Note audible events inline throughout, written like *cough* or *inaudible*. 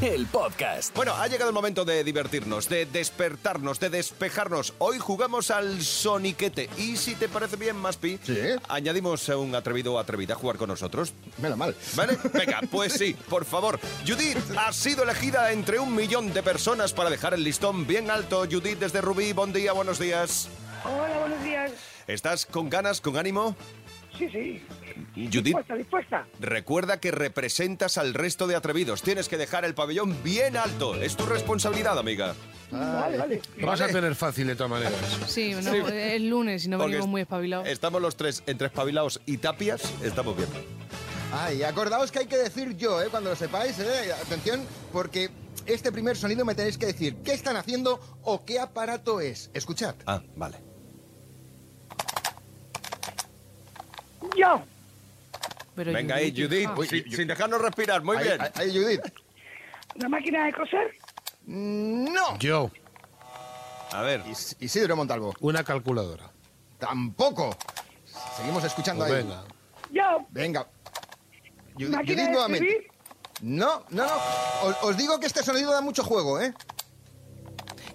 el podcast. Bueno, ha llegado el momento de divertirnos, de despertarnos, de despejarnos. Hoy jugamos al soniquete. Y si te parece bien, Maspi, Sí. añadimos a un atrevido o atrevida a jugar con nosotros. Menos mal. ¿Vale? Venga, pues sí, por favor. Judith ha sido elegida entre un millón de personas para dejar el listón bien alto. Judith desde Rubí, buen día, buenos días. Hola, buenos días. ¿Estás con ganas, con ánimo? Sí, sí. Judith, Dispuesta, dispuesta. recuerda que representas al resto de atrevidos. Tienes que dejar el pabellón bien alto. Es tu responsabilidad, amiga. Vale, vale. Vas a tener fácil de todas maneras. Sí, no, es lunes y no Porque venimos es- muy espabilados. Estamos los tres entre espabilados y tapias. Estamos bien. Ay, acordaos que hay que decir yo, ¿eh? cuando lo sepáis, ¿eh? atención, porque este primer sonido me tenéis que decir qué están haciendo o qué aparato es. Escuchad. Ah, vale. Yo. Pero Venga ahí, Judith. Ah, sin, sin dejarnos respirar. Muy Ahí- bien. ahí- ahí, Judith. ¿Una máquina de coser? No. Yo, A ver. Is- Isidro Montalvo. una calculadora. Tampoco. Seguimos escuchando Pues ahí. venga. Yo. Venga. Ju- ¿Máquina de escribir? No, no, no. Os, os digo que este sonido da mucho juego, ¿eh?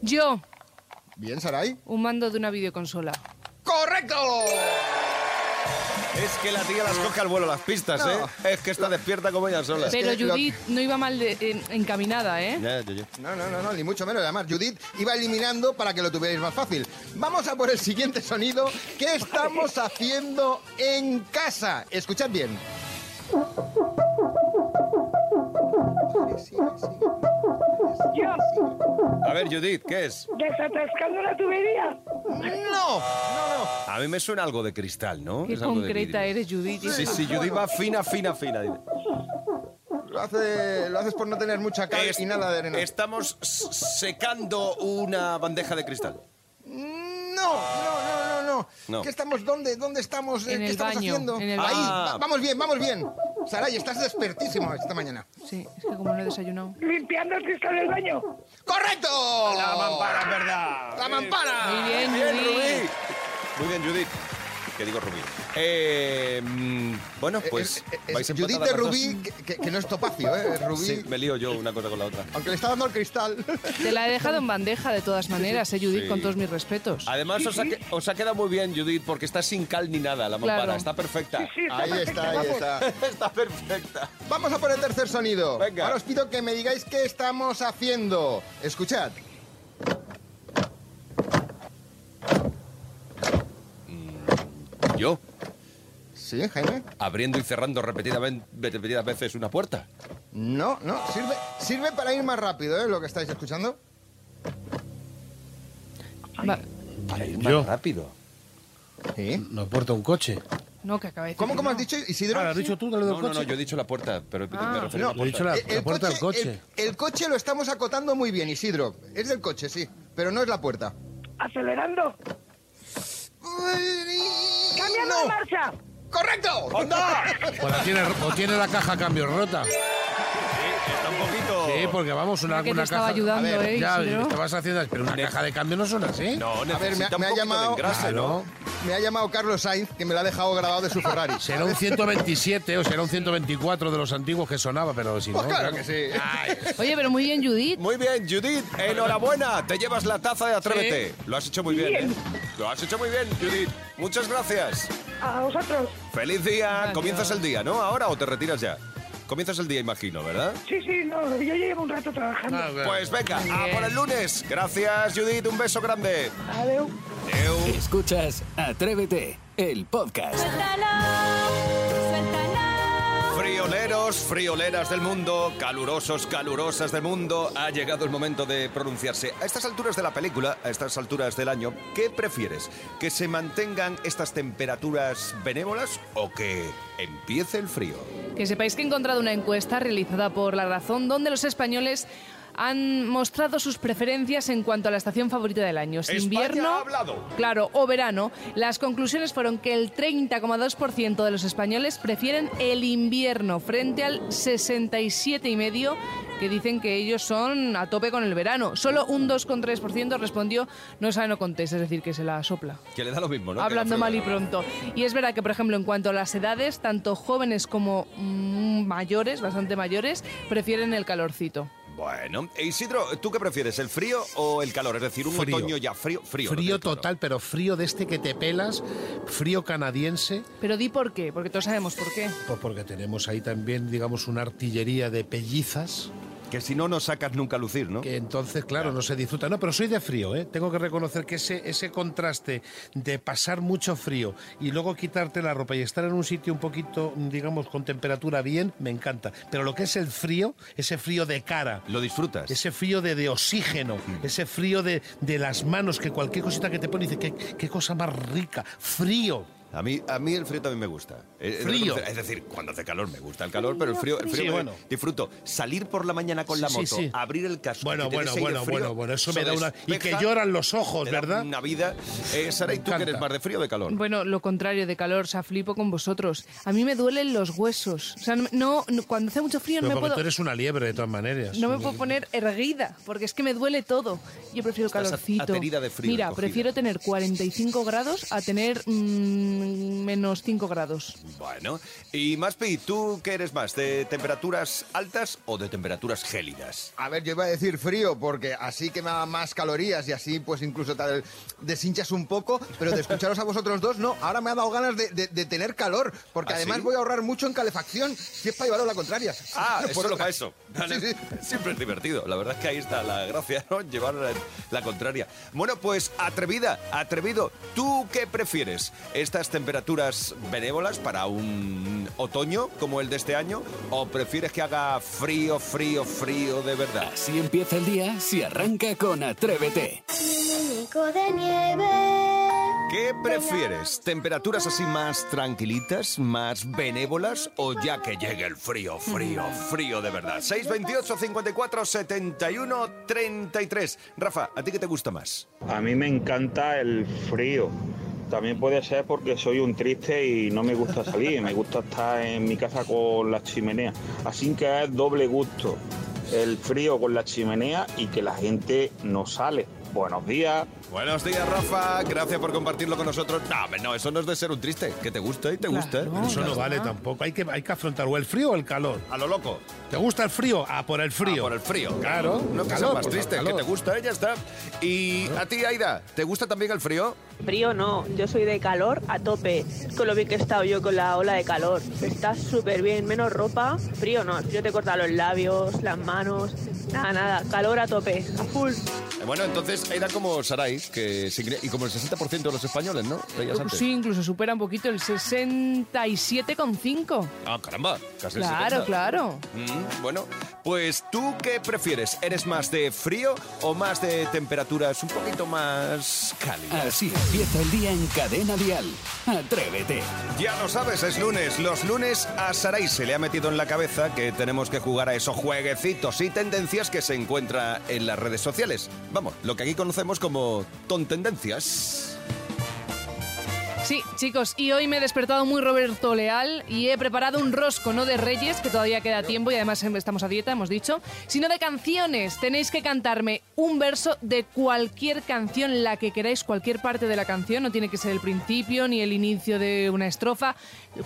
Yo, Bien, Saray. un mando de una videoconsola. ¡Correcto! Es que la tía las coge al vuelo las pistas, No. ¿eh? Es que está despierta como ella sola. Sí. Pero que lo- Judith no iba mal de- en- encaminada, ¿eh? Ya, ya, ya. No, no, no, no, ni mucho menos. Además, Judith iba eliminando para que lo tuvierais más fácil. Vamos a por el siguiente sonido. ¿Qué estamos haciendo en casa? Escuchad bien. Yo. A ver, Judith, ¿qué es? Desatascando la tubería. ¡No! A mí me suena algo de cristal, ¿no? Qué Es algo de concreta vidrio. eres, Judith. Sí, sí, Judith va fina, fina, fina. Lo, hace- lo haces por no tener mucha cal Es- y nada de arena. Estamos s- secando una bandeja de cristal. No, no, no, no, no. No. ¿Qué estamos? ¿Dónde? ¿Dónde estamos? eh, En ¿Qué el estamos baño, haciendo? en el Ahí, baño. va- vamos bien, vamos bien. Saray, estás despertísimo esta mañana. Sí, es que como no he desayunado. Limpiando el cristal del baño. ¡Correcto! La mampara, verdad. La mampara. Muy bien, Ah, Bien, Judith. Rubí. Muy bien, Judith. ¿Qué digo, Rubí? Eh, mm, bueno, pues. Eh, eh, eh, vais Judith empatadas de las dos. Rubí, que- que, que no es topacio, ¿eh? Rubí, Sí, me lío yo una cosa con la otra. aunque le está dando el *laughs* cristal. Te la he dejado en bandeja de todas maneras, ¿eh, Judith? Sí. Con todos mis respetos. Además, os ha, que- os ha quedado muy bien, Judith, porque está sin cal ni nada la mampara. Claro. Está perfecta. Sí, está Ahí perfecta, está, ahí vamos. está. *laughs* Está perfecta. Vamos a por el tercer sonido. Venga. Ahora os pido que me digáis qué estamos haciendo. Escuchad. Yo, ¿Sí, Jaime? abriendo y cerrando repetidamente, repetidas veces una puerta. No, no, sirve, sirve para ir más rápido, ¿eh? Lo que estáis escuchando. Va- Para ir Yo. rápido. Sí. No puerto un coche. No, que acaba de decir ¿Cómo, que cómo has no. dicho, Isidro? Ah, ¿lo has dicho tú, dale del No, no, coche? no, yo he dicho la puerta, pero me Ah. refiero a No, la he dicho puerta. la, la puerta del coche. El, el coche lo estamos acotando muy bien, Isidro. Es del coche, sí, pero no es la puerta. Acelerando. Cambiando de ¡No! marcha. ¡Correcto! O, Pues la tiene, o tiene la caja a cambio rota. Está un poquito. Sí, pues. porque vamos, una, Mira que te una estaba caja. ayudando, A ver, ¿eh, Ya, Isidro? me estabas haciendo. Pero una caja de cambio no son así. No, necesita ver, me ha- un me ha poquito llamado- de engrase, ¿no? Claro. Me ha llamado Carlos Sainz, que me lo ha dejado grabado de *laughs* su Ferrari. Será un 127 o será un 124 de los antiguos que sonaba, pero si Pues no. claro que sí. Oye, pero muy bien, Judith. Muy bien, Judith, enhorabuena. Te llevas la taza de Atrévete. Lo has hecho muy bien, ¿eh? Lo has hecho muy bien, Judith. Muchas gracias. A vosotros. Feliz día. Gracias. Comienzas el día, ¿no? Ahora o te retiras ya. Comienzas el día, imagino, ¿verdad? Sí, sí, no. Yo llevo un rato trabajando. Ah, claro. Pues venga, Muy a bien. por el lunes. Gracias, Judith. Un beso grande. Adeu. Adeu. Escuchas Atrévete, el podcast. Frioleros, frioleras del mundo, calurosos, calurosas del mundo, ha llegado el momento de pronunciarse. A estas alturas de la película, a estas alturas del año, ¿qué prefieres? ¿Que se mantengan estas temperaturas benévolas o que empiece el frío? Que sepáis que he encontrado una encuesta realizada por La Razón donde los españoles han mostrado sus preferencias en cuanto a la estación favorita del año. Si España invierno, ha hablado. claro, o verano. Las conclusiones fueron que el 30,2% de los españoles prefieren el invierno frente al 67,5% que dicen que ellos son a tope con el verano. Solo un 2,3% respondió no sabe, no contesta, es decir, que se la sopla. Que le da lo mismo, ¿no? Que Hablando la mal y fruta, ¿no? pronto. Y es verdad que, por ejemplo, en cuanto a las edades, tanto jóvenes como mm, mayores, bastante mayores, prefieren el calorcito. Bueno, E Isidro, ¿tú qué prefieres, el frío o el calor? Es decir, un Frío. otoño ya frío. Frío, Frío, lo tiene claro. total, pero frío de este que te pelas, frío canadiense. Pero di por qué, porque todos sabemos por qué. Pues porque tenemos ahí también, digamos, una artillería de pellizas, Que si no, no sacas nunca a lucir, ¿no? que entonces, claro, no se disfruta. No, pero soy de frío, ¿eh? Tengo que reconocer que ese, ese contraste de pasar mucho frío y luego quitarte la ropa y estar en un sitio un poquito, digamos, con temperatura bien, me encanta. Pero lo que es el frío, ese frío de cara, Lo disfrutas. ese frío de, de oxígeno, ese frío de, de las manos, que cualquier cosita que te pone dice, qué, qué cosa más rica, frío. A mí, a mí el frío también me gusta. Eh, eh, Frío. Es decir, cuando hace calor me gusta el calor, pero el frío, el frío Sí, me- bueno. disfruto. Salir por la mañana con Sí, la sí, moto, sí. abrir el casco. Bueno, que te bueno, des aire bueno, frío, bueno, bueno, eso me da una... Y que despeja, lloran los ojos, te da ¿verdad? Una vida. Eh, Sara, ¿y Me tú que eres encanta. más de frío o de calor? Bueno, lo contrario de calor, o sea, flipo con vosotros. A mí me duelen los huesos. O sea, no, no- cuando hace mucho frío Pero no me porque puedo... tú eres una liebre, de todas maneras. No me puedo poner erguida, porque es que me duele todo. Yo prefiero Estás calorcito. adherida de frío, Mira, cogida. prefiero tener 45 grados a tener mm, menos 5 grados. Bueno. Y Maspi, ¿tú qué eres más? ¿De temperaturas altas o de temperaturas gélidas? A ver, yo iba a decir frío, porque así quema más calorías y así, pues incluso te deshinchas un poco, pero de escucharos a vosotros dos, no. Ahora me ha dado ganas de, de- de tener calor, porque ¿Ah, además sí? voy a ahorrar mucho en calefacción, si es para llevaros la contraria. Ah, *laughs* Por es solo otra. para eso. Vale. Sí, sí. Siempre es divertido. La verdad es que ahí está la gracia, ¿no? *laughs* Llevar la, la contraria. Bueno, pues atrevida, atrevido. ¿Tú qué prefieres? ¿Estas temperaturas benévolas para un otoño como el de este año? ¿O prefieres que haga frío, frío, frío de verdad? Así empieza el día si arranca con Atrévete. muñeco de nieve. ¿Qué prefieres? ¿Temperaturas así más tranquilitas, más benévolas o ya que llegue el frío, frío, frío de verdad? 628 54 71 33. Rafa, ¿a ti qué te gusta más? A mí me encanta el frío. También puede ser porque soy un triste y no me gusta salir, me gusta estar en mi casa con la chimenea. Así que es doble gusto, el frío con la chimenea y que la gente no sale. Buenos días. Buenos días, Rafa. Gracias por compartirlo con nosotros. No, hombre, no, eso no es de ser un triste. Que te gusta y te gusta. Claro. ¿eh? Eso no vale tampoco. Hay que, hay que afrontar o el frío o el calor. A lo loco. ¿Te gusta el frío? Ah, por el frío. Ah, por el frío. Claro. No que sea Calor, más por triste, calor. que te gusta, ¿eh? ya está. Y a ti, Aida, ¿te gusta también el frío? Frío no, yo soy de calor a tope. Con lo bien que he estado yo con la ola de calor. Está súper bien, menos ropa. Frío no, yo te corta los labios, las manos. Nada, nada, calor a tope, a full. Eh, Bueno, entonces era como Sarai, que se cre- y como el 60% de los españoles, ¿no? Veías antes. Uh, Sí, incluso supera un poquito el 67,5. Ah, caramba, casi el Claro, 70. claro. Mm, bueno, pues tú qué prefieres? ¿Eres más de frío o más de temperaturas un poquito más cálidas? Así empieza el día en cadena vial. Atrévete. Ya lo sabes, es lunes. Los lunes a Sarai se le ha metido en la cabeza que tenemos que jugar a esos jueguecitos y tendencias que se encuentra en las redes sociales. Vamos, lo que aquí conocemos como tontendencias. Sí, chicos, y hoy me he despertado muy Roberto Leal y he preparado un rosco, no de Reyes, que todavía queda tiempo y además em, estamos a dieta, hemos dicho, sino de canciones. Tenéis que cantarme un verso de cualquier canción, la que queráis, cualquier parte de la canción, no tiene que ser el principio ni el inicio de una estrofa,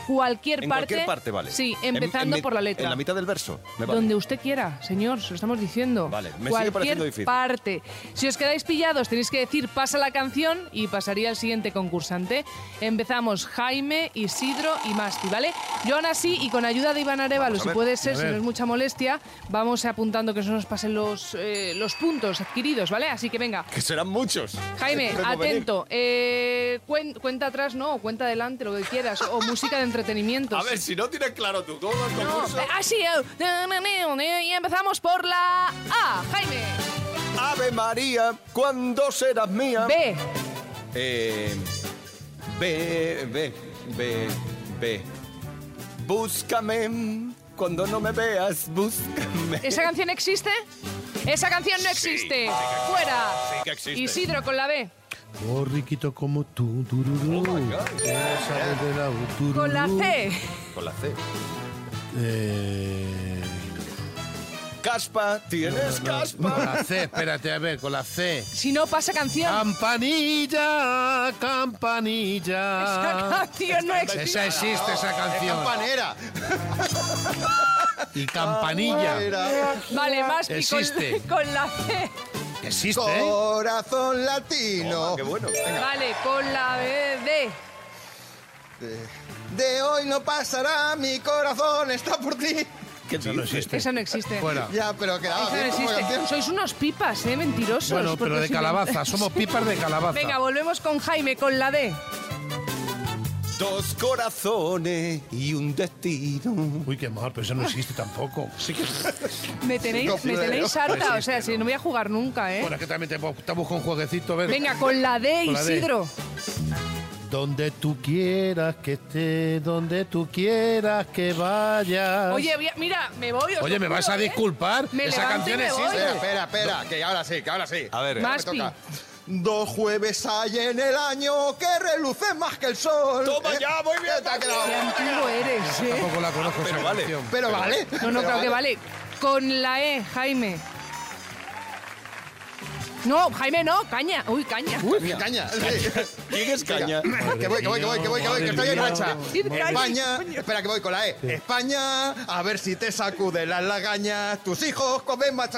cualquier En parte. cualquier parte, ¿vale? Sí, En- en empezando mi- por la letra. En la mitad del verso, me vale. Donde usted quiera, señor, se lo estamos diciendo. Vale, me sigue Cualquier pareciendo difícil. parte. Si os quedáis pillados, tenéis que decir pasa la canción y pasaría el siguiente concursante. Empezamos Jaime, Isidro y Masti, ¿vale? Yo aún así, y con ayuda de Iván Arevalo, Vamos a si ver, puede a ser, si no ver. es mucha molestia, vamos apuntando que no nos pasen los, eh, los puntos adquiridos, ¿vale? Así que venga. Que serán muchos. Jaime, Podemos venir. atento. Eh, cuen- cuenta atrás, no, o cuenta adelante, lo que quieras. O música de entretenimiento. A ver, si no tienes claro tú todo el No, concurso. eh, así, eh, na, na, na, na, y empezamos por la A, Jaime. Ave María, ¿cuándo serás mía? B, Eh, ve, ve, ve, ve. Búscame cuando no me veas, búscame. ¿esa canción existe? Esa canción no Sí, existe. sí que- Fuera. sí *laughs* que existe. Isidro con la B. Oh, riquito como tú, tururú. Oh my God. Que sale del agua, tururú. Con la C. Con la C. Eh, Caspa, tienes caspa. *laughs* con la C, espérate, a ver, con la *laughs* C. Si no pasa canción. Campanilla, campanilla. *laughs* Esa canción no existe. Esa existe, Ah, esa canción. Campanera. Y Ah, campanilla. Era Vale, más que con- Existe. con la C. Existe, ¿eh? Corazón latino. Toma, Ah, qué bueno. Vale, con la B de. De hoy no pasará, mi corazón está por ti. Esa no existe. Esa no existe. Ah. Fuera. Ya, pero quedaba Esa no bien como existe. Ah, canción. Sois unos pipas, ¿eh? Mentirosos. Bueno, pero porque de si no- *laughs* calabaza. Somos pipas de calabaza. Venga, volvemos con Jaime, con la D. Dos corazones y un destino. Uy, qué mal, pero eso no existe *laughs* tampoco. Sí que... Me tenéis, me Copio de tenéis oro. harta, o sea, si no voy a jugar nunca, ¿eh? Bueno, es que también te, te busco un jueguecito, a ver. Venga, con la D, Con la D. Isidro. Donde tú quieras que esté, donde tú quieras que vayas. Oye, voy a- mira, me voy. os Ah. Oye, lo me juro, vas a ¿eh? disculpar. Me Esa levanto y canción me voy. existe. Espera, espera, espera, que ahora sí, que ahora sí. A ver, Más pi. toca. Dos jueves hay en el año que reluce más que el sol. Toma ¿Eh? ya, muy bien. Te ha quedado. Qué antiguo eres, ¿eh? Tampoco la conozco Ah, pero esa vale. canción. Pero vale. No, no, pero claro que vale. Con la E, Jaime. No, Jaime, no, caña. Uy, caña. Uy, caña. sí. *laughs* ¿Quién es caña? Que voy, que voy, que voy, que voy, que voy, que estoy en racha. Sí, caña. España, espera que voy con la E. España, a ver si te sacude las lagañas. Tus hijos comen más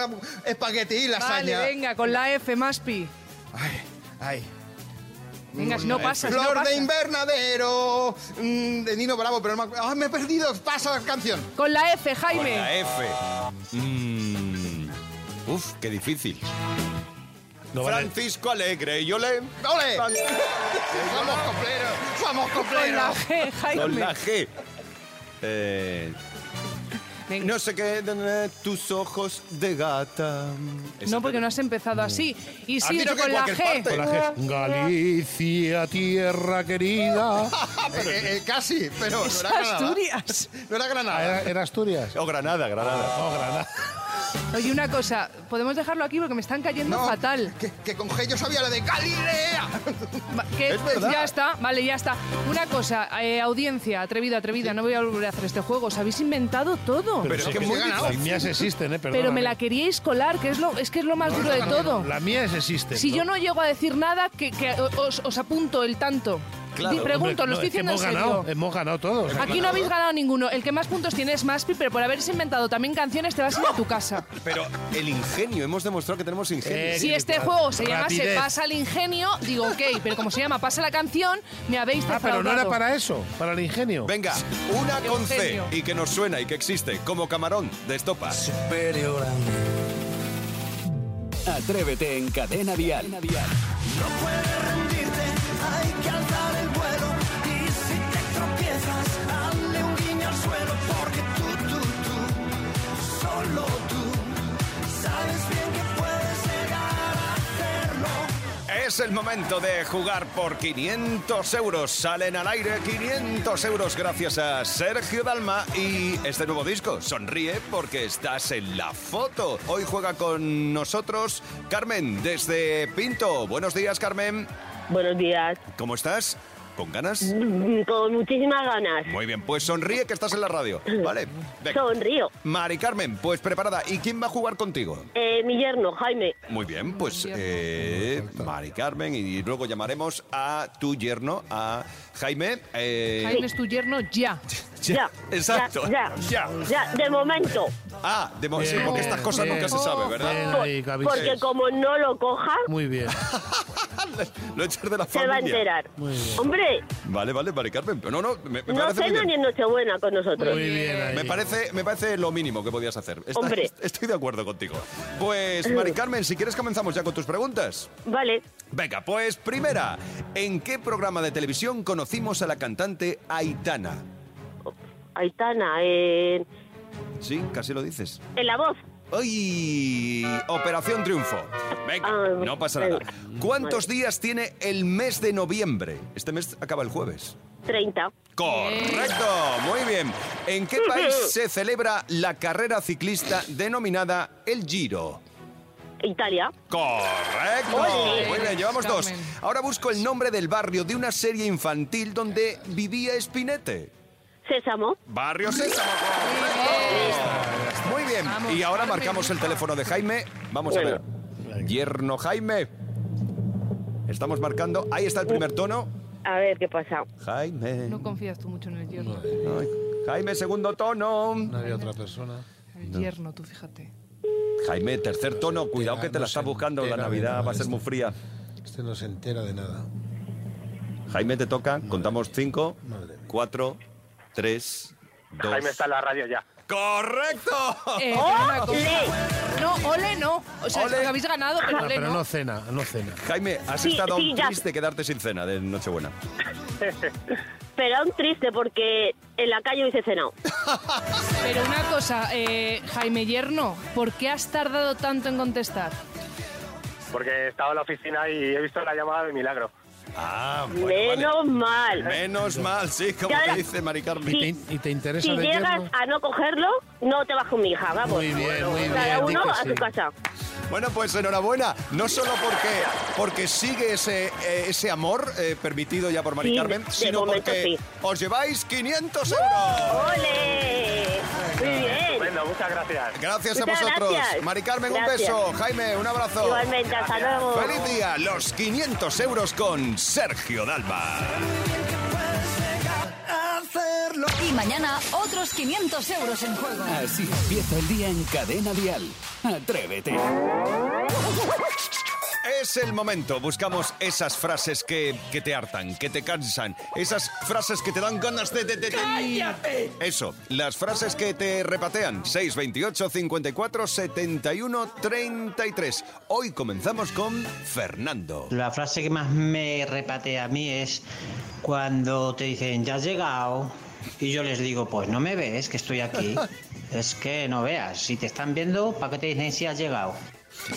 espagueti y Vale, lasaña. venga, con la F, Maspi. Ay, ay. Venga, si no pasa, si Pues no Flor pasa. de invernadero. mm, de Nino Bravo, pero no me, ac- ah, me he perdido. Pasa la canción. Con la F, Con Jaime. la E, F. Mm. Uf, qué difícil. No vale. Francisco Alegre y Ole. ¡Ole! ¡Somos copleros! ¡Somos Con la copleros! G, Con la Jaime. G. Eh, Venga. no sé qué. eh, Tus ojos de gata. No, porque no has empezado así. dicho Isidro, que con en la cualquier G. parte. Con la G. Galicia, tierra querida. Eh, eh, casi, pero no Es era Granada. Asturias. No era Ah, Granada. ¿Era, era Asturias? O Granada, Granada. No, Granada. Oye, una cosa, podemos dejarlo aquí porque me están cayendo No, fatal. Que, que con G yo sabía la de Galilea. Va- que- Es verdad. Ya está, vale, ya está. Una cosa, eh, audiencia, atrevida, atrevida, no voy a volver a hacer este juego. Os habéis inventado todo. Pero Pero, es que muy Las difícil. mías existen, ¿eh? Perdóname. me la queríais colar, que es lo, es que es lo más duro de todo. Las mías existen. Si yo no llego a decir nada, que, que os, os apunto el tanto. Claro, Di- pregunto, Hombre, no, lo estoy es que diciendo en hemos serio. ganado, hemos ganado todos. Aquí no habéis ganado ninguno. El que más puntos tiene es Maspi, pero por haberse inventado también canciones te vas a ir a tu casa. Pero el ingenio, hemos demostrado que tenemos ingenio. Eh, Si este juego se llama Se Rapidez. pasa al ingenio, digo ok, pero como se llama Pasa la canción, me habéis Ah, pero no era defraudado. para eso, para el ingenio. Venga, una con C genio. y que nos suena y que existe, como camarón de estopa. Superior a Atrévete en Cadena Dial. Es el momento de jugar por 500 euros. Salen al aire 500 euros gracias a Sergio Dalma y este nuevo disco. Sonríe porque estás en la foto. Hoy juega con nosotros Carmen desde Pinto. Buenos días, Carmen. Buenos días. ¿Cómo estás? ¿Con ganas? Mm, Con muchísimas ganas. Muy bien, pues sonríe que estás en la radio. Vale. Venga. Sonrío. Mari Carmen, pues preparada. ¿Y quién va a jugar contigo? Eh, mi yerno, Jaime. Muy bien, pues eh, Mari Carmen y luego llamaremos a tu yerno, a Jaime. eh, Jaime es tu yerno ya. Ya. Exacto. Ya. Ya. Ya. ya, de momento. Ah, de mo- sí, Bien, porque estas cosas bien. nunca se sabe, ¿verdad? Bien Por- ahí, Gaby. porque como no lo coja, Muy bien. Lo echas de la se va a familia. enterar. Hombre, Vale, vale, Mari Carmen. Pero no, no, me, me no parece muy cena bien. ni en Nochebuena con nosotros. Muy bien ahí. Me parece, me parece lo mínimo que podías hacer. Está- Hombre. Estoy de acuerdo contigo. Pues, *laughs* Mari Carmen, si quieres comenzamos ya con tus preguntas. Vale. Venga, pues primera, ¿en qué programa de televisión conocimos a la cantante Aitana? Aitana, eh, Sí, casi lo dices. en la voz. ¡Ay! Operación Triunfo. Venga, Ah, no pasa nada. venga. ¿Cuántos días tiene el mes de noviembre? Este mes acaba el jueves. 30. Correcto, muy bien. *laughs* ¿En qué país se celebra la carrera ciclista denominada El Giro? Italia. Correcto. Ole. Muy bien, llevamos dos. Ahora busco el nombre del barrio de una serie infantil donde vivía Espinete. Sésamo. Barrio Sésamo. correcto. Muy bien. Y ahora marcamos el teléfono de Jaime. Vamos a ver. Yerno Jaime. Estamos marcando. Ahí está el primer tono. A ver qué pasa. Jaime. No confías tú mucho en el yerno. Ay, Jaime, segundo tono. No había otra persona. El yerno, tú fíjate. Jaime, tercer tono. Cuidado que te la no está se buscando. La entera de Navidad nada va a ser esto. muy fría. Este no se entera de nada. Jaime, te toca. Contamos cinco, Madre mía. cuatro, tres, dos. Jaime está en la radio ya. ¡Correcto! Eh, pero una cosa. No, ole no. O sea, Ole. que habéis ganado, pero Ah, ole pero no. no cena, no cena. Jaime, has Sí, estado sí, ya. triste quedarte sin cena de Nochebuena. Pero aún triste porque en la calle hubiese cenado. Pero una cosa, eh, Jaime Yerno, ¿por qué has tardado tanto en contestar? Porque estaba en la oficina y he visto la llamada de milagro. Ah, Menos mal. Menos mal, sí, como Ya te era- dice Mari Carmen. Sí. ¿Y te, y te interesa Si de llegas yerno? a no cogerlo, no te vas con mi hija, vamos. Muy bien, muy Cada bien, di uno que a su sí. casa. Bueno, pues enhorabuena. No solo porque, porque sigue ese, eh, ese amor eh, permitido ya por Mari Sí, Carmen, de sino momento porque sí. ¡Uh! os lleváis 500 euros. ¡Ole! Muy bien. Bueno, muchas gracias. Gracias a Muchas vosotros. gracias. Mari Carmen, Gracias. un beso. Jaime, un abrazo. Igualmente, hasta luego. Feliz día, los 500 euros con Sergio Dalma. Y mañana otros 500 euros en juego. Así empieza el día en Cadena Dial. Atrévete. Es el momento, buscamos esas frases que, que te hartan, que te cansan, esas frases que te dan ganas de... de- de- de- Eso, las frases que te repatean. 628 54 71 33. Hoy comenzamos con Fernando. La frase que más me repatea a mí es cuando te dicen, ya has llegado, y yo les digo, pues no me ves, que estoy *laughs* aquí. Es que no veas, si te están viendo, ¿para qué te dicen si has llegado?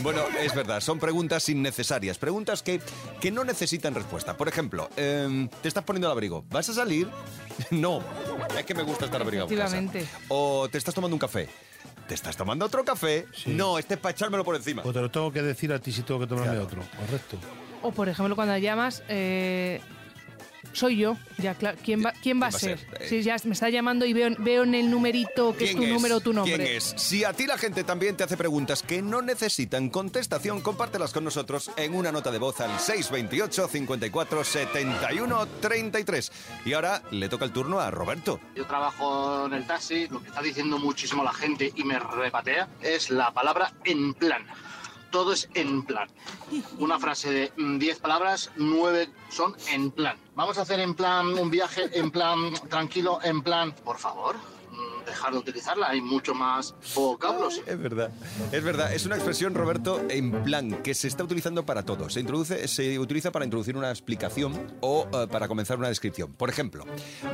Bueno, es verdad, son preguntas innecesarias, preguntas que, que no necesitan respuesta. Por ejemplo, em, te estás poniendo el abrigo, ¿vas a salir? *laughs* No, es que me gusta estar abrigado. en casa. Efectivamente. O te estás tomando un café. ¿Te estás tomando otro café? No, este es para echármelo por encima. O Pues te lo tengo que decir a ti si tengo que tomarme otro. Correcto. O, por ejemplo, cuando llamas, eh, soy yo. Ya, claro. ¿Quién va, quién va a ser? Eh. Si ya me está llamando y veo, veo en el numerito que es tu número o tu nombre. ¿Quién es? Si a ti la gente también te hace preguntas que no necesitan contestación, compártelas con nosotros en una nota de voz al 628 54 71 33. Y ahora le toca el turno a Roberto. Yo trabajo en el taxi, lo que está diciendo muchísimo la gente y me repatea es la palabra en plan. Todo es en plan. Una frase de mm, 10 palabras, 9 son en plan. Vamos a hacer en plan un viaje, en plan tranquilo, en plan, por favor, mm, dejar de utilizarla, hay mucho más vocablos. Es verdad, es verdad. Es una expresión, Roberto, en plan, que se está utilizando para todo. Se, introduce, se utiliza para introducir una explicación o eh, para comenzar una descripción. Por ejemplo,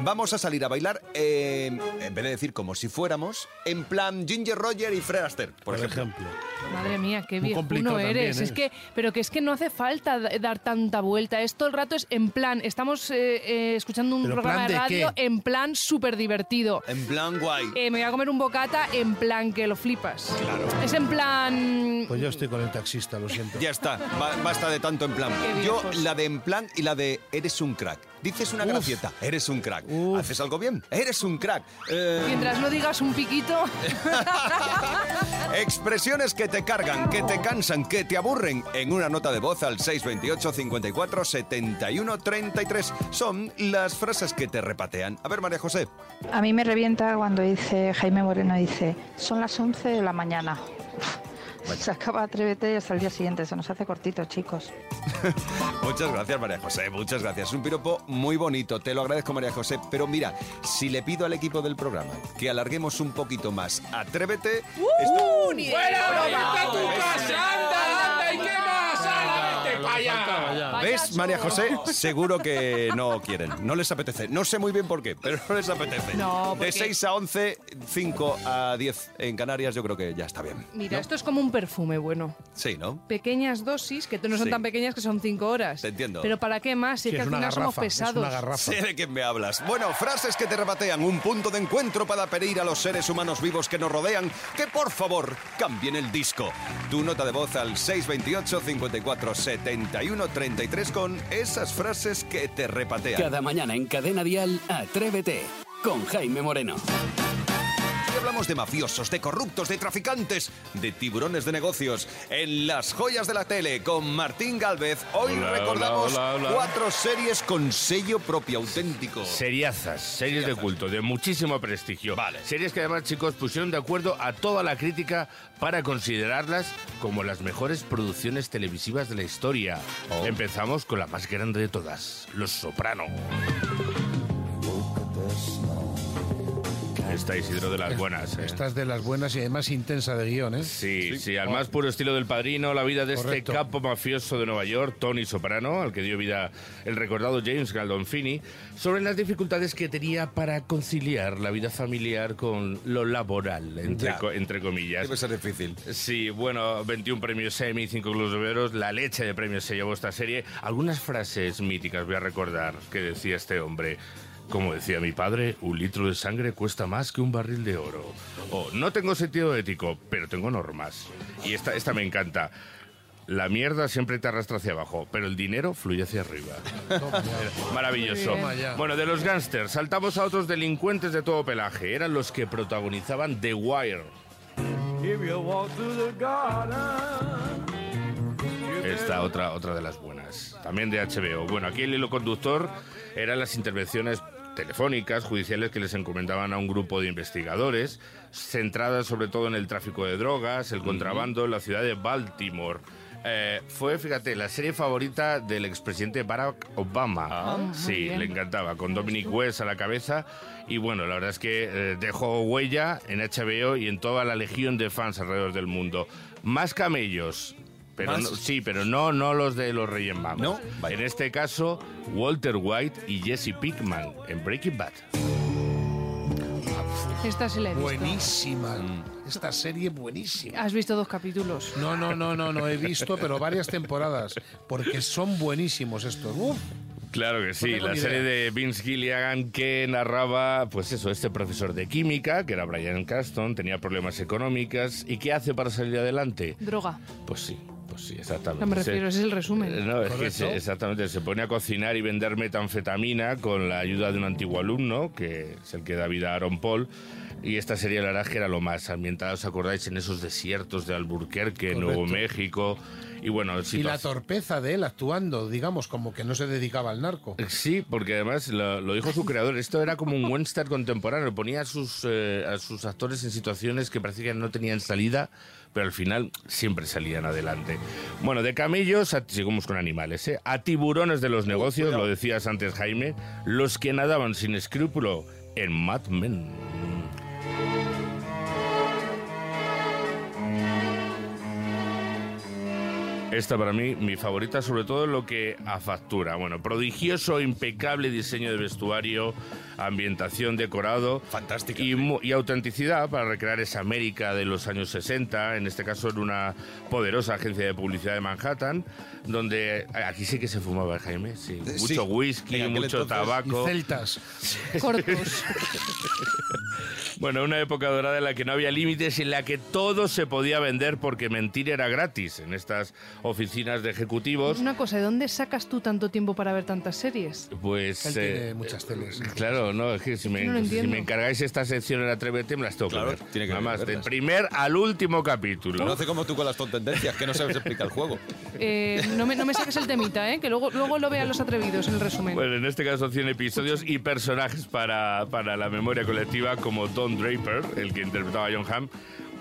vamos a salir a bailar, eh, en vez de decir como si fuéramos, en plan Ginger Roger y Fred Astaire, por, Por ejemplo. ejemplo. Madre mía, qué Muy viejo complicado también, eres. ¿eh? Es que, pero que es que no hace falta da- dar tanta vuelta. Esto el rato es en plan. Estamos eh, eh, escuchando un ¿Pero programa plan de de radio qué? en plan súper divertido. En plan guay. me voy a comer un bocata en plan que lo flipas. Claro. Es en plan. Pues yo estoy con el taxista, lo siento. Ya está, ba- basta de tanto en plan. Qué Yo viejos. la de en plan y la de eres un crack. Dices una Uf. gracieta, eres un crack. Uf. Haces algo bien, eres un crack. Eh, Mientras no digas un piquito. ¡Uh, Expresiones que te cargan, que te cansan, que te aburren. En una nota de voz al 628 54 71 33 son las frases que te repatean. A ver, María José. A mí me revienta cuando dice Jaime Moreno, dice, son las 11 de la mañana. Uf, *laughs* Se acaba Atrévete y hasta el día siguiente, se nos hace cortito, chicos. Muchas gracias, María José. Muchas gracias. Es un piropo muy bonito. Te lo agradezco, María José. Pero mira, si le pido al equipo del programa que alarguemos un poquito más, atrévete. Esto- ¡Fuera, vete a tu casa, anda, anda, y qué más, Vaya. ¿Ves, María *laughs* José? Seguro que no quieren. No les apetece. No sé muy bien por qué, pero no les apetece. No, porque- De 6 a 11, 5 a 10 en Canarias, yo creo que ya está bien. Mira, ¿No? esto es como un perfume bueno. Sí, ¿no? Pequeñas dosis, que no son Sí. tan pequeñas que son cinco horas. Te entiendo. Pero ¿para qué más? Si es que al final somos pesados. Sé de quién me hablas. Bueno, frases que te rebatean, un punto de encuentro para pedir a los seres humanos vivos que nos rodean que por favor cambien el disco. Tu nota de voz al 628 54 71 33 con esas frases que te repatean. Cada mañana en Cadena Dial, Atrévete con Jaime Moreno. Y hablamos de mafiosos, de corruptos, de traficantes, de tiburones de negocios. En Las joyas de la tele con Martín Galvez, hoy Hola, recordamos hola, hola, hola. cuatro series con sello propio auténtico. Seriazas, series de culto, de muchísimo prestigio. Series que además, chicos, pusieron de acuerdo a toda la crítica para considerarlas como las mejores producciones televisivas de la historia. Oh. Empezamos con la más grande de todas, Los Soprano. Está Isidro de las buenas. ¿eh? Esta es de las buenas y además intensa de guión, ¿eh? Sí, sí, al más puro estilo del padrino, la vida de este capo mafioso de Nueva York, Tony Soprano, al que dio vida el recordado James Galdonfini, sobre las dificultades que tenía para conciliar la vida familiar con lo laboral, entre, Ya. co- entre comillas. Debe ser difícil. Sí, bueno, 21 premios Emmy, 5 Globos de Oro, la leche de premios se llevó esta serie. Algunas frases míticas voy a recordar que decía este hombre. Como decía mi padre, un litro de sangre cuesta más que un barril de oro. O no tengo sentido ético, pero tengo normas. Y esta, esta me encanta. La mierda siempre te arrastra hacia abajo, Oh, pero el dinero fluye hacia arriba. Maravilloso. Muy bien. Toma ya. Bueno, de los gángsters, saltamos a otros delincuentes de todo pelaje. Eran los que protagonizaban The Wire. Esta otra, otra de las buenas. También de HBO. Bueno, aquí el hilo conductor eran las intervenciones telefónicas, judiciales que les encomendaban a un grupo de investigadores, centradas sobre todo en el tráfico de drogas, el contrabando, en la ciudad de Baltimore. Eh, fue, fíjate, la serie favorita del expresidente Barack Obama. muy sí, bien. le encantaba, con Dominic West a la cabeza. Y bueno, la verdad es que eh, dejó huella en HBO y en toda la legión de fans alrededor del mundo. Más camellos. Pero ¿Más? no- sí, pero no, no los de los Reyes Magos. En este caso, Walter White y Jesse Pinkman en Breaking Bad. Esta sí la he visto. Buenísima. Mm. Esta serie buenísima. Has visto dos capítulos. No, no, no, no, no he visto, pero varias temporadas, porque son buenísimos estos. Uf. Claro que sí, tengo la ni serie idea. de Vince Gilligan que narraba, pues eso, este profesor de química, que era Brian Caston, tenía problemas económicos, ¿y qué hace para salir adelante? Droga. Pues sí, pues sí, O exactamente. sea, me Se- refiero, ese es el resumen. Eh, No, es que se- exactamente, se pone a cocinar y vender metanfetamina con la ayuda de un antiguo alumno, que es el que da vida a Aaron Paul. Y esta serie, la verdad, es que era lo más ambientada, ¿os acordáis? En esos desiertos de Alburquerque, Nuevo Correcto. México. Y bueno, Y la situación- torpeza de él actuando, digamos, como que no se dedicaba al narco. Sí, porque además lo, lo dijo su creador, esto era como un western contemporáneo, ponía a sus, eh, a sus actores en situaciones que parecía que no tenían salida, pero al final siempre salían adelante. Bueno, de camellos, a, seguimos con animales, ¿eh? a tiburones de los negocios, lo decías antes Jaime, los que nadaban sin escrúpulo en Mad Men. Esta para mí, mi favorita, sobre todo en lo que a factura. Bueno, prodigioso, impecable diseño de vestuario, ambientación, decorado. Fantástico. Y, mu- y autenticidad para recrear esa América de los años 60, en este caso en una poderosa agencia de publicidad de Manhattan, donde eh, aquí sí que se fumaba, Jaime. Sí. Eh, Mucho sí. whisky, En aquel mucho entonces- tabaco. Y celtas. *laughs* Cortos. Bueno, una época dorada en la que no había límites y en la que todo se podía vender porque mentir era gratis en estas oficinas de ejecutivos. Una cosa, ¿de dónde sacas tú tanto tiempo para ver tantas series? Pues. Él tiene muchas teles. Claro, no, es que si me, No lo si entiendo. me encargáis esta sección en Atrévete, me las tengo Claro, que ver. tiene que Nada más, del verlas. primer al último capítulo. No hace como tú con las tontendencias, que no sabes explicar el juego. Eh, no, me, no me saques el temita, ¿eh? que luego, luego lo vean los atrevidos en el resumen. Bueno, en este caso 100 episodios y personajes para, para la memoria colectiva como Don Draper, el que interpretaba a John Hamm,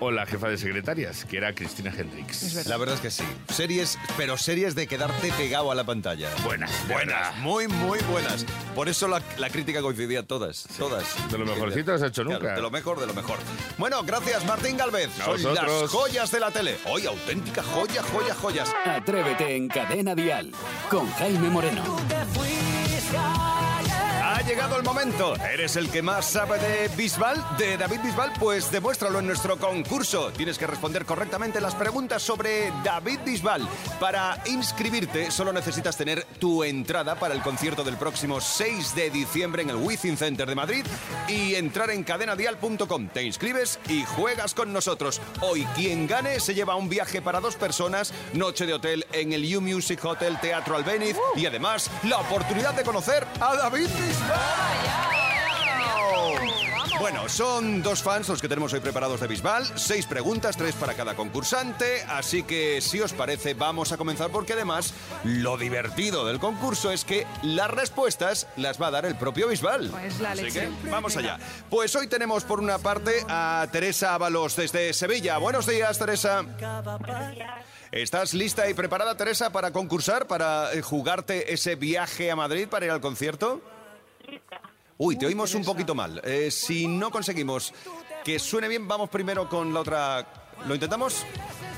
o la jefa de secretarias, que era Cristina Hendricks. La verdad es que sí. Series, pero series de quedarte pegado a la pantalla. Buenas, buenas. Muy, muy buenas. Por eso la, la crítica coincidía todas, todas. De lo mejorcito que has hecho nunca. Claro, de lo mejor, de lo mejor. Bueno, gracias Martín Galvez. A Son las vosotros. joyas de la tele. Hoy auténtica joya, joya, joyas. Atrévete en Cadena Dial con Jaime Moreno. Ha llegado el momento. ¿Eres el que más sabe de Bisbal? ¿De David Bisbal? Pues demuéstralo en nuestro concurso. Tienes que responder correctamente las preguntas sobre David Bisbal. Para inscribirte solo necesitas tener tu entrada para el concierto del próximo 6 de diciembre en el Wizzing Center de Madrid y entrar en cadenadial.com. Te inscribes y juegas con nosotros. Hoy quien gane se lleva un viaje para dos personas, noche de hotel en el U Music Hotel Teatro Albéniz y además la oportunidad de conocer a David Bisbal. Bueno, son dos fans los que tenemos hoy preparados de Bisbal. Seis preguntas, tres para cada concursante. Así que, si os parece, vamos a comenzar porque además lo divertido del concurso es que las respuestas las va a dar el propio Bisbal. Pues la Así leche. que, vamos allá. Pues hoy tenemos por una parte a Teresa Ábalos desde Sevilla. Buenos días, Teresa. ¿Estás lista y preparada, Teresa, para concursar, para eh, jugarte ese viaje a Madrid para ir al concierto? Uy, te oímos un poquito mal. Eh, si no conseguimos que suene bien, vamos primero con la otra. ¿Lo intentamos?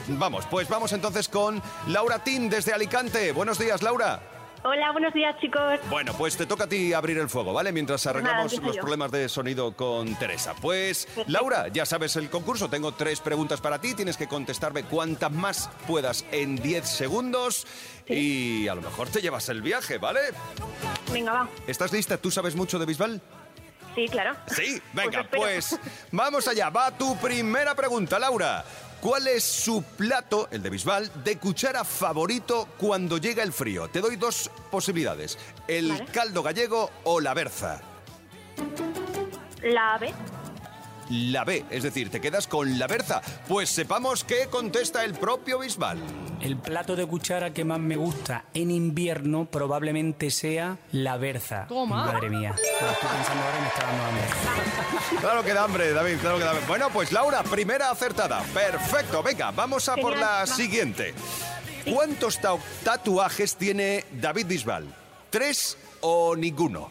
Vamos, pues vamos entonces con Laura Tin desde Alicante. Buenos días, Laura. Hola, buenos días, chicos. Bueno, pues te toca a ti abrir el fuego, ¿vale? Mientras arreglamos Pues empiezo los yo. problemas de sonido con Teresa. Pues, Laura, ya sabes el concurso. Tengo tres preguntas para ti. Tienes que contestarme cuantas más puedas en 10 segundos. Y a lo mejor te llevas el viaje, ¿vale? Venga, va. ¿Estás lista? ¿Tú sabes mucho de Bisbal? Sí, claro. Sí, venga, Pues pues vamos allá. Va tu primera pregunta, Laura. ¿Cuál es su plato, el de Bisbal, de cuchara favorito cuando llega el frío? Te doy dos posibilidades: el caldo gallego o la berza. La ave. La B, es decir, te quedas con la berza. Pues sepamos qué contesta el propio Bisbal. El plato de cuchara que más me gusta en invierno probablemente sea la berza. Toma. Madre mía. Lo estoy pensando ahora y me está dando hambre. Claro que da hambre, David, claro que da hambre. Bueno, pues Laura, primera acertada. Perfecto, venga, vamos a por Genial, la va. siguiente. ¿Cuántos tau- tatuajes tiene David Bisbal? ¿Tres o ninguno?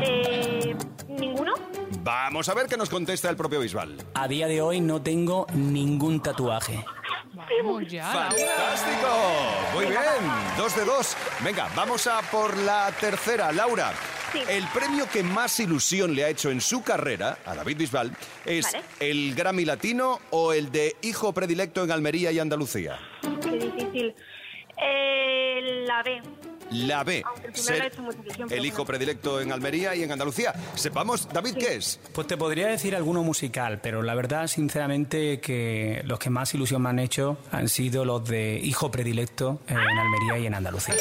Eh, ¿Ninguno? Vamos a ver qué nos contesta el propio Bisbal. A día de hoy no tengo ningún tatuaje. Vamos ya, ¡Fantástico! Muy bien, dos de dos. Venga, vamos a por la tercera, Laura. El premio que más ilusión le ha hecho en su carrera a David Bisbal es Vale. el Grammy Latino o el de Hijo Predilecto en Almería y Andalucía. Qué difícil. Eh, la B. La B. Aunque el primero ser lo he hecho muy difícil, pero el hijo bueno. predilecto en Almería y en Andalucía. Sepamos, David, ¿qué es? Pues te podría decir alguno musical, pero la verdad, sinceramente, que los que más ilusión me han hecho han sido los de Hijo Predilecto eh, en Almería y en Andalucía.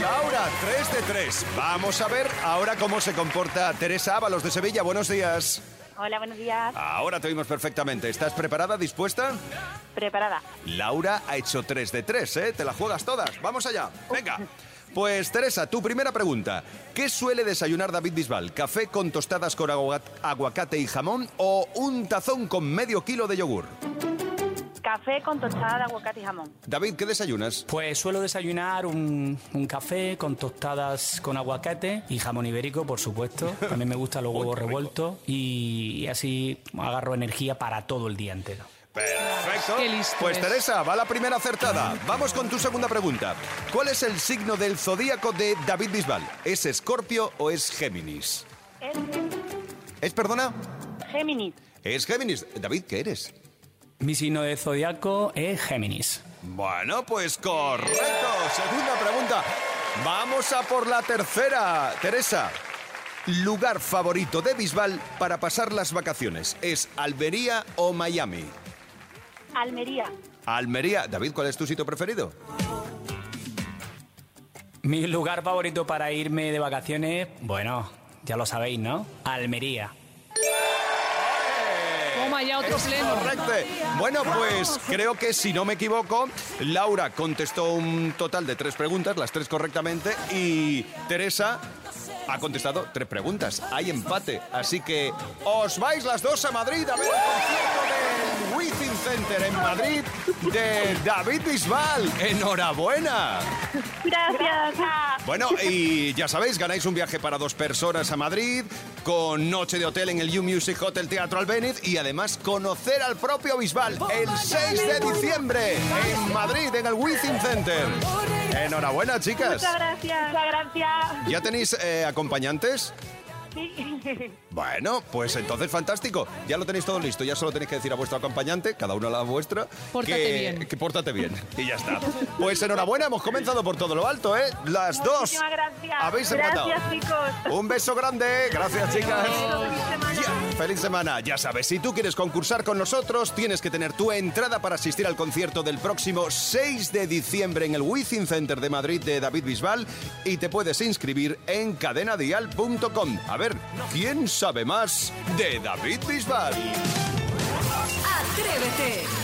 Laura, 3 de 3. Vamos a ver ahora cómo se comporta Teresa Ábalos de Sevilla. Buenos días. Hola, buenos días. Ahora te oímos perfectamente. ¿Estás preparada, dispuesta? Preparada. Laura ha hecho 3 de 3, ¿eh? Te la juegas todas. Vamos allá. Venga. Pues Teresa, tu primera pregunta. ¿Qué suele desayunar David Bisbal? ¿Café con tostadas con agua- aguacate y jamón o un tazón con medio kilo de yogur? Café con tostada de aguacate y jamón. David, ¿qué desayunas? Pues suelo desayunar un, un café con tostadas con aguacate y jamón ibérico, por supuesto. También me gustan los huevos revueltos y así agarro energía para todo el día entero. Perfecto. pues Teresa, va la primera acertada. Vamos con tu segunda pregunta. ¿Cuál es el signo del zodíaco de David Bisbal? ¿Es Escorpio o es Géminis? Es ¿Es, perdona? Géminis. ¿Es Géminis? David, ¿qué eres? Mi signo de zodiaco es Géminis. Bueno, pues correcto. Segunda pregunta. Vamos a por la tercera, Teresa. Lugar favorito de Bisbal para pasar las vacaciones. ¿Es Almería o Miami? Almería. Almería. David, ¿cuál es tu sitio preferido? Mi lugar favorito para irme de vacaciones, bueno, ya lo sabéis, ¿no? Almería. Toma ya otro pleno. Correcto. Bueno, pues creo que si no me equivoco, Laura contestó un total de tres preguntas, las tres correctamente, y Teresa ha contestado tres preguntas. Hay empate. Así que os vais las dos a Madrid a ver el concierto del Within Center en Madrid de David Bisbal. ¡Enhorabuena! Gracias. Bueno, y ya sabéis, ganáis un viaje para dos personas a Madrid, con noche de hotel en el You Music Hotel Teatro Albéniz y además conocer al propio Bisbal el 6 de diciembre en Madrid, en el Within Center. Enhorabuena, chicas. Muchas gracias. Muchas gracias. ¿Ya tenéis eh, acompañantes? Sí. Bueno, pues entonces fantástico. Ya lo tenéis todo listo. Ya solo tenéis que decir a vuestro acompañante, cada uno a la vuestra, Pórtate que, bien. que pórtate bien. Y ya está. Pues enhorabuena, hemos comenzado por todo lo alto, ¿eh? Las dos. Muchísimas gracias. Habéis empatado. gracias, chicos. Un beso grande. Gracias, chicas. Feliz semana. Feliz semana. Ya sabes, si tú quieres concursar con nosotros, tienes que tener tu entrada para asistir al concierto del próximo 6 de diciembre en el Within Center de Madrid de David Bisbal y te puedes inscribir en cadenadial.com. A ver, ¿quién sabe más de David Bisbal? Atrévete.